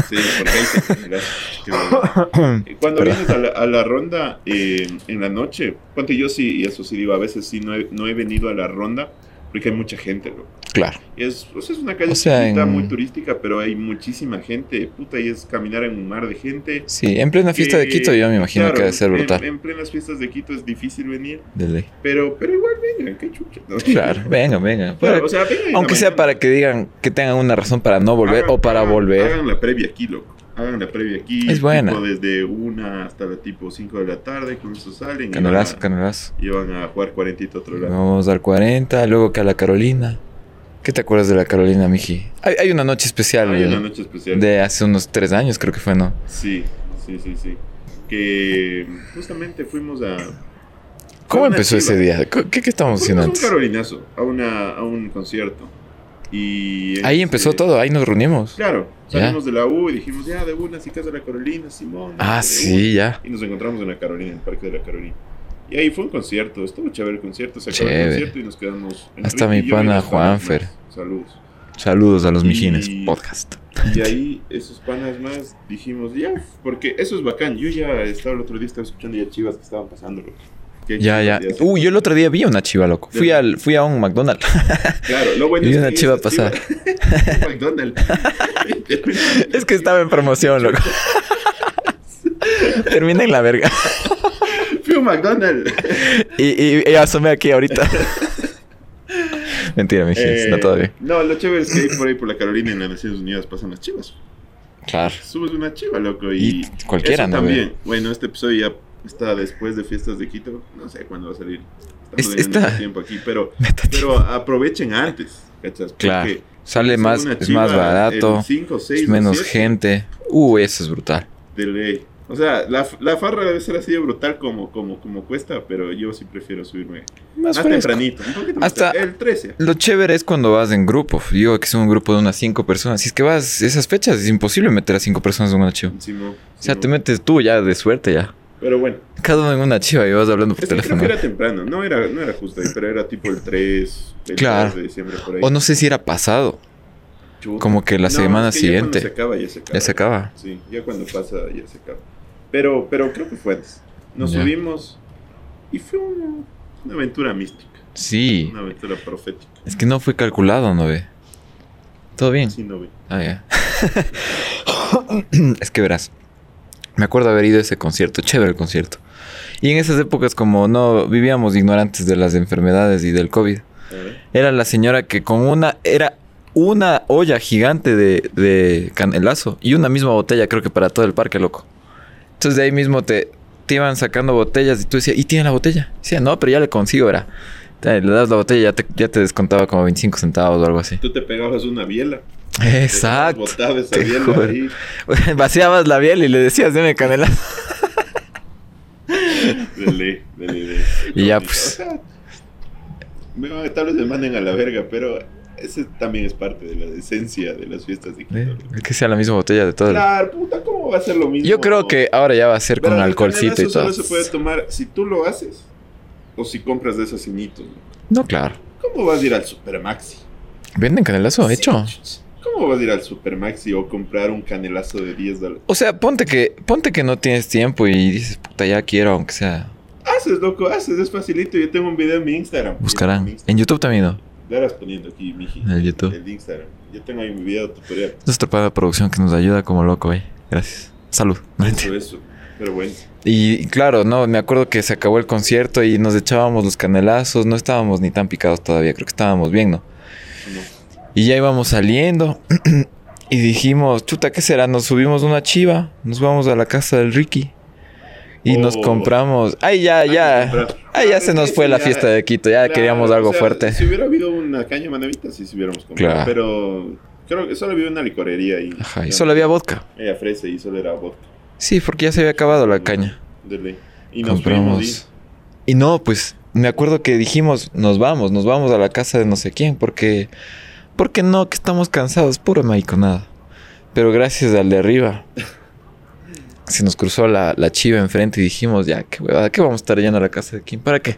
[SPEAKER 2] Sí, porque ahí se- gracias, qué bueno. Eh, Cuando
[SPEAKER 1] Perdón.
[SPEAKER 2] vienes a la, a la ronda eh, en la noche, ponte yo sí, y eso sí digo, a veces sí no he, no he venido a la ronda porque hay mucha gente, loco.
[SPEAKER 1] Claro.
[SPEAKER 2] Es, o sea, es una calle
[SPEAKER 1] O sea,
[SPEAKER 2] chiquita,
[SPEAKER 1] en-
[SPEAKER 2] muy turística, pero hay muchísima gente, puta, y es caminar en un mar de gente.
[SPEAKER 1] Sí, en plena fiesta de
[SPEAKER 2] Eh,
[SPEAKER 1] Quito yo me imagino
[SPEAKER 2] claro,
[SPEAKER 1] que debe ser
[SPEAKER 2] en-
[SPEAKER 1] brutal.
[SPEAKER 2] En, plenas fiestas de Quito es difícil venir,
[SPEAKER 1] De ley.
[SPEAKER 2] pero, pero igual vengan, qué chucha. ¿no?
[SPEAKER 1] Claro, venga, venga.
[SPEAKER 2] Claro, o sea, vengan en la
[SPEAKER 1] Aunque sea
[SPEAKER 2] mañana.
[SPEAKER 1] para que digan que tengan una razón para no volver
[SPEAKER 2] Hagan-
[SPEAKER 1] o para
[SPEAKER 2] hagan-
[SPEAKER 1] volver.
[SPEAKER 2] Hagan la previa aquí, loco. Hagan la previa aquí.
[SPEAKER 1] Es buena.
[SPEAKER 2] tipo desde una hasta la tipo 5 de la tarde, con eso salen. y van
[SPEAKER 1] Canolazo,
[SPEAKER 2] a-
[SPEAKER 1] canolazo.
[SPEAKER 2] Y van a jugar 40 otro lado.
[SPEAKER 1] Vamos a dar 40, luego que a la Carolina. ¿Qué te acuerdas de la Carolina, Miji? Hay, hay una noche especial
[SPEAKER 2] Hay
[SPEAKER 1] de,
[SPEAKER 2] Ah, una noche especial.
[SPEAKER 1] de hace unos tres años, creo que fue, ¿no?
[SPEAKER 2] Sí, sí, sí, sí. Que justamente fuimos a.
[SPEAKER 1] ¿Cómo
[SPEAKER 2] Fue una
[SPEAKER 1] empezó ese
[SPEAKER 2] chiva.
[SPEAKER 1] día? ¿Qué, qué, qué estábamos haciendo
[SPEAKER 2] Fuimos
[SPEAKER 1] antes?
[SPEAKER 2] a un carolinazo, a, una, a un concierto. Y.
[SPEAKER 1] Ahí
[SPEAKER 2] este,
[SPEAKER 1] empezó todo, ahí nos reunimos.
[SPEAKER 2] Claro,
[SPEAKER 1] Ya.
[SPEAKER 2] salimos de la U y dijimos, ya, de una, si casa la Carolina, Simón.
[SPEAKER 1] Ah,
[SPEAKER 2] de
[SPEAKER 1] sí, ya.
[SPEAKER 2] y nos encontramos en la Carolina, en el Parque de la Carolina. Y ahí fue un concierto, estuvo chévere el concierto, se acabó
[SPEAKER 1] Chévere.
[SPEAKER 2] el concierto y nos quedamos. Enrique
[SPEAKER 1] Hasta mi
[SPEAKER 2] y yo
[SPEAKER 1] pana
[SPEAKER 2] y los panas
[SPEAKER 1] Juanfer.
[SPEAKER 2] más. Saludos.
[SPEAKER 1] Saludos a los
[SPEAKER 2] Y-
[SPEAKER 1] Mijines Podcast.
[SPEAKER 2] Y ahí esos panas más dijimos, ya, porque eso es bacán. Yo ya estaba el otro día, estaba escuchando ya chivas que estaban pasando. loco. Que hay
[SPEAKER 1] Ya, ya.
[SPEAKER 2] chivas, se-
[SPEAKER 1] Uy, yo el otro día vi una chiva, loco. Fui,
[SPEAKER 2] Ya.
[SPEAKER 1] al, fui a un McDonald's.
[SPEAKER 2] Claro, lo bueno
[SPEAKER 1] vi
[SPEAKER 2] es
[SPEAKER 1] una
[SPEAKER 2] que
[SPEAKER 1] chiva
[SPEAKER 2] esas chivas- Un McDonald's.
[SPEAKER 1] es que estaba en promoción, loco. Termina en la verga.
[SPEAKER 2] Fui a un McDonald's.
[SPEAKER 1] Y, y, y asomé aquí ahorita. Mentira, Mijines.
[SPEAKER 2] Eh,
[SPEAKER 1] No, todavía.
[SPEAKER 2] no, lo chévere es que ahí por ahí por la Carolina en las Naciones Unidas pasan las chivas.
[SPEAKER 1] Claro.
[SPEAKER 2] Subes una chiva, loco.
[SPEAKER 1] Y
[SPEAKER 2] Y,
[SPEAKER 1] cualquiera,
[SPEAKER 2] eso
[SPEAKER 1] ¿no, güey?
[SPEAKER 2] también. Bueno, este episodio ya está después de fiestas de Quito. No sé cuándo va a salir.
[SPEAKER 1] Es-
[SPEAKER 2] Estamos teniendo
[SPEAKER 1] está-
[SPEAKER 2] mucho tiempo aquí, pero,
[SPEAKER 1] Métate.
[SPEAKER 2] pero aprovechen antes, ¿cachas? Porque
[SPEAKER 1] Claro. Sale
[SPEAKER 2] hacer
[SPEAKER 1] más,
[SPEAKER 2] una
[SPEAKER 1] es
[SPEAKER 2] chiva
[SPEAKER 1] más barato,
[SPEAKER 2] en cinco, seis,
[SPEAKER 1] es menos
[SPEAKER 2] siete,
[SPEAKER 1] gente. Uh, eso es brutal.
[SPEAKER 2] de ley. O sea, la, la farra debe ser así de brutal como, como, como cuesta, pero yo sí prefiero subirme
[SPEAKER 1] Más
[SPEAKER 2] más,
[SPEAKER 1] fresco.
[SPEAKER 2] tempranito. un poquito más
[SPEAKER 1] Hasta-
[SPEAKER 2] tem- el 13.
[SPEAKER 1] Lo chévere es cuando vas en grupo. Digo que es un grupo de unas cinco personas. Si es que vas esas fechas, es imposible meter a cinco personas en una chiva.
[SPEAKER 2] Sí, no,
[SPEAKER 1] O
[SPEAKER 2] sí,
[SPEAKER 1] sea,
[SPEAKER 2] no.
[SPEAKER 1] te metes tú ya de suerte ya.
[SPEAKER 2] Pero bueno,
[SPEAKER 1] Cada uno en una chiva y vas hablando por
[SPEAKER 2] es que creo
[SPEAKER 1] teléfono.
[SPEAKER 2] que era temprano. No era, no era justo ahí, pero era tipo el 3, el
[SPEAKER 1] Claro.
[SPEAKER 2] 3 de diciembre por ahí.
[SPEAKER 1] O no sé si era pasado.
[SPEAKER 2] Chuta.
[SPEAKER 1] Como que la
[SPEAKER 2] No,
[SPEAKER 1] semana
[SPEAKER 2] es que
[SPEAKER 1] siguiente.
[SPEAKER 2] Ya cuando se acaba, ya se acaba.
[SPEAKER 1] Ya se acaba.
[SPEAKER 2] Sí, ya cuando pasa, ya se acaba. Pero, pero creo que fue antes. Nos
[SPEAKER 1] Ya.
[SPEAKER 2] subimos y fue una, una aventura mística,
[SPEAKER 1] Sí.
[SPEAKER 2] una aventura profética.
[SPEAKER 1] Es que no fue calculado, ¿no ve? Todo bien.
[SPEAKER 2] Sí, no ve.
[SPEAKER 1] Ah, ya. es que verás. Me acuerdo haber ido a ese concierto, chévere el concierto. Y en esas épocas, como no vivíamos ignorantes de las enfermedades y del COVID,
[SPEAKER 2] A ver.
[SPEAKER 1] era la señora que con una. Era una olla gigante de, de canelazo y una misma botella, creo que para todo el parque, loco. Entonces de ahí mismo te, te iban sacando botellas y tú decías, ¿y tiene la botella? Decía, no, pero ya le consigo, era. Te- Le das la botella y ya te, ya te descontaba como 25 centavos o algo así.
[SPEAKER 2] Tú te pegabas una biela.
[SPEAKER 1] Exacto.
[SPEAKER 2] Botabas esa
[SPEAKER 1] te
[SPEAKER 2] biela
[SPEAKER 1] juro.
[SPEAKER 2] ahí.
[SPEAKER 1] Vaciabas la biel y le decías, deme canelazo.
[SPEAKER 2] Dele, dele, dele.
[SPEAKER 1] Y ya,
[SPEAKER 2] O
[SPEAKER 1] pues.
[SPEAKER 2] sea, me van- tal vez me manden a la verga, pero ese también es parte de la decencia de las fiestas de Quito.
[SPEAKER 1] ¿Eh? Que sea la misma botella de todo. el-
[SPEAKER 2] Claro, puta, ¿cómo va a ser lo mismo?
[SPEAKER 1] Yo creo que ahora ya va a ser
[SPEAKER 2] Pero
[SPEAKER 1] con
[SPEAKER 2] el
[SPEAKER 1] alcoholcito y
[SPEAKER 2] canelazo
[SPEAKER 1] todo.
[SPEAKER 2] solo se puede tomar si tú lo haces o si compras de esos cinitos. ¿no?
[SPEAKER 1] No, claro.
[SPEAKER 2] ¿Cómo vas a ir al Supermaxi?
[SPEAKER 1] ¿Venden canelazo?
[SPEAKER 2] Sí,
[SPEAKER 1] Hecho.
[SPEAKER 2] chuch. ¿Cómo vas a ir al Supermaxi o comprar un canelazo de 10 dólares?
[SPEAKER 1] O sea, ponte que, ponte que no tienes tiempo y dices, puta, ya quiero, aunque sea.
[SPEAKER 2] Haces, loco, haces, es facilito. Yo tengo un video en mi Instagram.
[SPEAKER 1] Buscarán.
[SPEAKER 2] Mi Instagram.
[SPEAKER 1] En YouTube también no.
[SPEAKER 2] Estarás poniendo aquí, miji.
[SPEAKER 1] En el YouTube.
[SPEAKER 2] El Instagram. Yo tengo ahí un video tutorial.
[SPEAKER 1] Nuestra paga producción que nos ayuda como loco, eh. Gracias. Salud. No, mentira.
[SPEAKER 2] Eso, eso. Pero bueno.
[SPEAKER 1] Y claro, no, me acuerdo que se acabó el concierto y nos echábamos los canelazos, no estábamos ni tan picados todavía, creo que estábamos bien, ¿no?
[SPEAKER 2] no.
[SPEAKER 1] Y ya íbamos saliendo y dijimos, chuta, ¿qué será? Nos subimos una chiva, nos vamos a la casa del Ricky y nos
[SPEAKER 2] Oh.
[SPEAKER 1] compramos. Ay, ya,
[SPEAKER 2] Hay que
[SPEAKER 1] Ah, ya.
[SPEAKER 2] comprar.
[SPEAKER 1] Ay, ya
[SPEAKER 2] Ah,
[SPEAKER 1] se
[SPEAKER 2] es
[SPEAKER 1] nos
[SPEAKER 2] que
[SPEAKER 1] fue
[SPEAKER 2] sí,
[SPEAKER 1] la
[SPEAKER 2] ya-
[SPEAKER 1] fiesta de Quito, ya
[SPEAKER 2] Claro,
[SPEAKER 1] queríamos
[SPEAKER 2] o
[SPEAKER 1] algo
[SPEAKER 2] sea,
[SPEAKER 1] fuerte.
[SPEAKER 2] Si hubiera habido una caña manavita, sí, si hubiéramos
[SPEAKER 1] Claro.
[SPEAKER 2] comprado. Pero creo que solo había una licorería y.
[SPEAKER 1] Ajá, y solo había vodka.
[SPEAKER 2] Ella fresa y solo era vodka.
[SPEAKER 1] Sí, porque ya se había acabado la caña.
[SPEAKER 2] De ley. Y nos fuimos.
[SPEAKER 1] Compramos. Y no, pues me acuerdo que dijimos, nos vamos, nos vamos a la casa de no sé quién, porque, porque no, que estamos cansados, puro maiconada. Pero gracias al de arriba, se nos cruzó la, la chiva enfrente y dijimos, ya, qué huevada, ¿qué vamos a estar yendo a la casa de quién? ¿Para qué?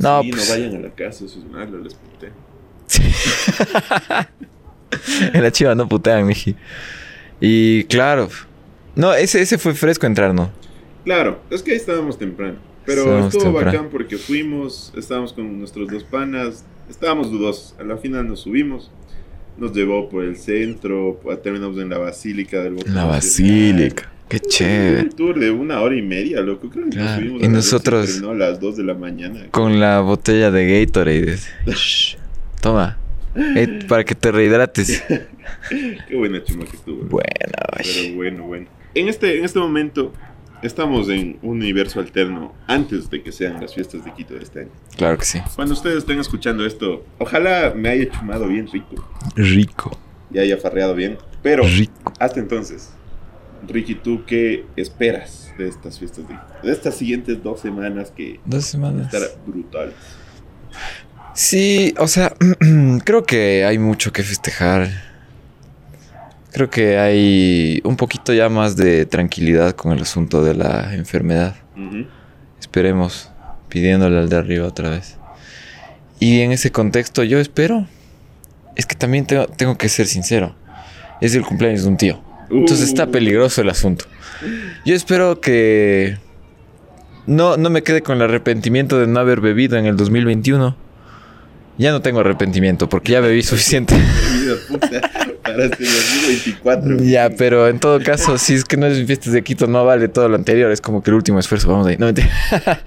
[SPEAKER 2] Y
[SPEAKER 1] No,
[SPEAKER 2] sí,
[SPEAKER 1] pues,
[SPEAKER 2] no vayan a la casa, eso es malo, les conté.
[SPEAKER 1] en la chiva no putean, miji. Y claro, no, ese, ese fue fresco entrar, ¿no?
[SPEAKER 2] Claro, es que ahí estábamos temprano. Pero
[SPEAKER 1] Estábamos
[SPEAKER 2] estuvo
[SPEAKER 1] temprano.
[SPEAKER 2] bacán porque fuimos, estábamos con nuestros dos panas, estábamos dudosos. A la final nos subimos, nos llevó por el centro, pa- terminamos en la Basílica del Bosque
[SPEAKER 1] La
[SPEAKER 2] Nacional.
[SPEAKER 1] basílica, qué chévere.
[SPEAKER 2] Un tour de una hora y media, loco. Creo que
[SPEAKER 1] Claro,
[SPEAKER 2] nos subimos
[SPEAKER 1] y
[SPEAKER 2] a las
[SPEAKER 1] nosotros-
[SPEAKER 2] doce, terminó a las 2 de la mañana.
[SPEAKER 1] Con la botella de Gatorade. Shh, Toma. Eh, para que te rehidrates.
[SPEAKER 2] Qué buena chuma que estuvo.
[SPEAKER 1] Bueno,
[SPEAKER 2] Pero bueno, bueno. En este, en este momento estamos en un universo alterno antes de que sean las fiestas de Quito de este año.
[SPEAKER 1] claro que sí.
[SPEAKER 2] Cuando ustedes estén escuchando esto, ojalá me haya chumado bien rico
[SPEAKER 1] Rico,
[SPEAKER 2] y haya farreado bien. Pero
[SPEAKER 1] rico.
[SPEAKER 2] hasta entonces, Ricky, ¿tú qué esperas de estas fiestas de Quito? De estas siguientes dos semanas que
[SPEAKER 1] Dos
[SPEAKER 2] van a
[SPEAKER 1] semanas.
[SPEAKER 2] estar brutales.
[SPEAKER 1] Sí, o sea, creo que hay mucho que festejar. Creo que hay un poquito ya más de tranquilidad con el asunto de la enfermedad.
[SPEAKER 2] Ujú.
[SPEAKER 1] Esperemos, pidiéndole al de arriba otra vez. Y en ese contexto yo espero. Es que también tengo, tengo que ser sincero. Es el cumpleaños de un tío. Entonces está
[SPEAKER 2] Uh,
[SPEAKER 1] peligroso el asunto. Yo espero que no, no me quede con el arrepentimiento de no haber bebido en el 2021. Ya no tengo arrepentimiento porque ya bebí suficiente.
[SPEAKER 2] vida puta, Para este 2024.
[SPEAKER 1] ya, pero en todo caso, si es que no es fiestas de Quito, no vale todo lo anterior. Es como que el último esfuerzo. Vamos ahí. No, mentira.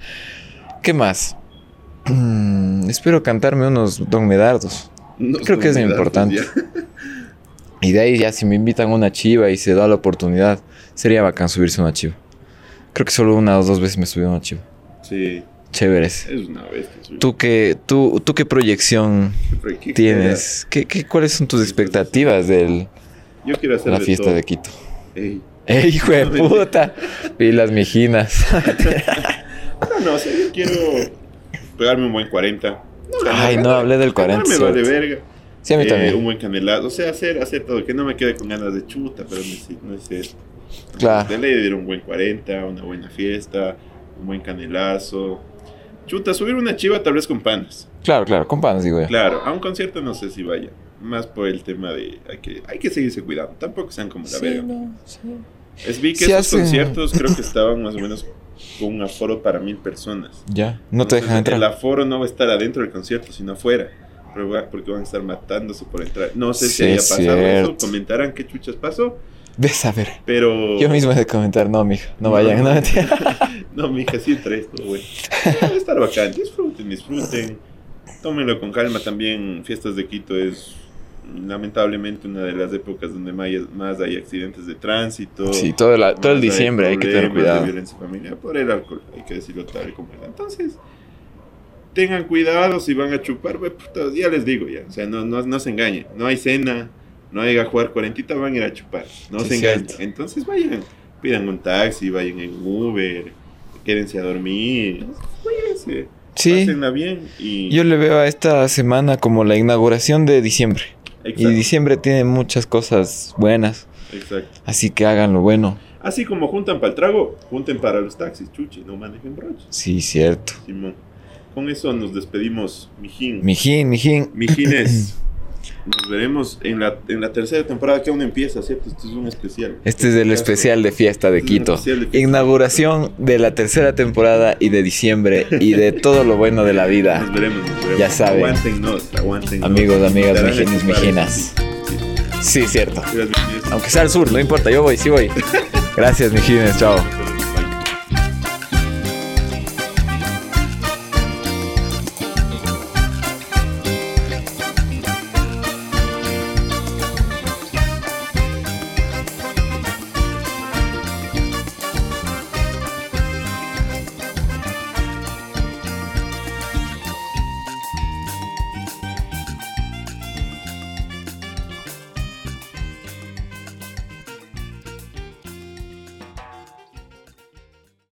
[SPEAKER 1] ¿Qué más? Mm, espero cantarme unos Don Medardos.
[SPEAKER 2] Nos
[SPEAKER 1] creo que es
[SPEAKER 2] convidaste
[SPEAKER 1] importante.
[SPEAKER 2] ya.
[SPEAKER 1] Y de ahí ya si me invitan una chiva y se da la oportunidad, sería bacán subirse una chiva. Creo que solo una o dos veces me subí a una chiva.
[SPEAKER 2] Sí,
[SPEAKER 1] Chéveres.
[SPEAKER 2] es una bestia. sí.
[SPEAKER 1] ¿Tú qué, tú, tú qué proyección
[SPEAKER 2] Pero, ¿qué
[SPEAKER 1] tienes? ¿Qué, qué, cuáles son tus expectativas del-
[SPEAKER 2] quieras? Yo quiero
[SPEAKER 1] de
[SPEAKER 2] hacer
[SPEAKER 1] la
[SPEAKER 2] de
[SPEAKER 1] fiesta
[SPEAKER 2] todo.
[SPEAKER 1] de Quito?
[SPEAKER 2] Ey.
[SPEAKER 1] ¡Ey, hijo de puta! Y las mijinas.
[SPEAKER 2] No, no, o sea, yo quiero pegarme un buen 40. No, la
[SPEAKER 1] Ay,
[SPEAKER 2] verdad,
[SPEAKER 1] no hablé del 40.
[SPEAKER 2] No me vale
[SPEAKER 1] suerte.
[SPEAKER 2] verga.
[SPEAKER 1] Sí, a mí
[SPEAKER 2] Eh, un
[SPEAKER 1] también.
[SPEAKER 2] buen canelado. O sea, hacer, hacer todo. Que no me quede con ganas de chuta, pero no es, no es eso.
[SPEAKER 1] Claro.
[SPEAKER 2] De ley de ir un buen 40, una buena fiesta, un buen canelazo. Chuta, subir una chiva tal vez con panas.
[SPEAKER 1] Claro, claro, con panas, digo yo.
[SPEAKER 2] Claro, a un concierto no sé si vaya. Más por el tema de. Hay que, hay que seguirse cuidando. Tampoco sean como la
[SPEAKER 1] Sí,
[SPEAKER 2] verga.
[SPEAKER 1] no, sí.
[SPEAKER 2] Es, vi que
[SPEAKER 1] Sí
[SPEAKER 2] esos
[SPEAKER 1] hacen-
[SPEAKER 2] conciertos creo que estaban más o menos con un aforo para mil personas.
[SPEAKER 1] Ya, no te
[SPEAKER 2] Entonces,
[SPEAKER 1] dejan
[SPEAKER 2] El
[SPEAKER 1] entrar.
[SPEAKER 2] aforo no va a estar adentro del concierto, sino afuera. Pero va- Porque van a estar matándose por entrar. No sé
[SPEAKER 1] Sí,
[SPEAKER 2] si haya
[SPEAKER 1] es
[SPEAKER 2] pasado eso.
[SPEAKER 1] cierto.
[SPEAKER 2] Comentarán qué chuchas pasó.
[SPEAKER 1] De saber.
[SPEAKER 2] Pero.
[SPEAKER 1] Yo mismo he de comentar, no, mijo, no vayan, no mentira.
[SPEAKER 2] No, mija, sí entra esto, güey. Va a estar bacán. Disfruten, disfruten. Tómenlo con calma también. Fiestas de Quito es lamentablemente una de las épocas donde may- más hay accidentes de tránsito.
[SPEAKER 1] Sí, todo, la- todo el
[SPEAKER 2] más hay
[SPEAKER 1] diciembre hay que tener
[SPEAKER 2] problemas De
[SPEAKER 1] cuidado.
[SPEAKER 2] violencia familiar por el alcohol, hay que decirlo tal y como era. Entonces, tengan cuidado si van a chupar, güey, puta, ya les digo ya. O sea, no, no, no se engañen. No hay cena, no hay a jugar cuarentita, van a ir a chupar. No
[SPEAKER 1] Sí,
[SPEAKER 2] se engañen.
[SPEAKER 1] cierto.
[SPEAKER 2] Entonces vayan, pidan un taxi, vayan en Uber, quédense a dormir. Cuídense,
[SPEAKER 1] Sí,
[SPEAKER 2] pásenla bien y...
[SPEAKER 1] yo le veo a esta semana como la inauguración de diciembre.
[SPEAKER 2] exacto,
[SPEAKER 1] Y diciembre tiene muchas cosas buenas,
[SPEAKER 2] exacto.
[SPEAKER 1] así que hagan lo bueno.
[SPEAKER 2] Así como juntan para el trago, junten para los taxis, chuchi, no manejen broches.
[SPEAKER 1] Sí, cierto.
[SPEAKER 2] Simón. Con eso nos despedimos, mijín.
[SPEAKER 1] Mijín, mijín.
[SPEAKER 2] Mijines, nos veremos en la, en la tercera temporada que aún empieza, ¿cierto? Este es un especial.
[SPEAKER 1] Este es el especial de fiesta de
[SPEAKER 2] Este es un
[SPEAKER 1] Quito.
[SPEAKER 2] especial de Quito.
[SPEAKER 1] Inauguración de la tercera temporada y de diciembre y de todo lo bueno de la
[SPEAKER 2] Nos
[SPEAKER 1] vida.
[SPEAKER 2] veremos, nos veremos.
[SPEAKER 1] Ya saben.
[SPEAKER 2] Aguántennos, aguántennos.
[SPEAKER 1] Amigos, amigas,
[SPEAKER 2] Estarán
[SPEAKER 1] mijines,
[SPEAKER 2] en sus
[SPEAKER 1] mijinas.
[SPEAKER 2] bares, sí, sí.
[SPEAKER 1] Sí, cierto.
[SPEAKER 2] Gracias, mijines.
[SPEAKER 1] Aunque sea al sur, no importa, yo voy, sí voy. Gracias, Mijines, chao.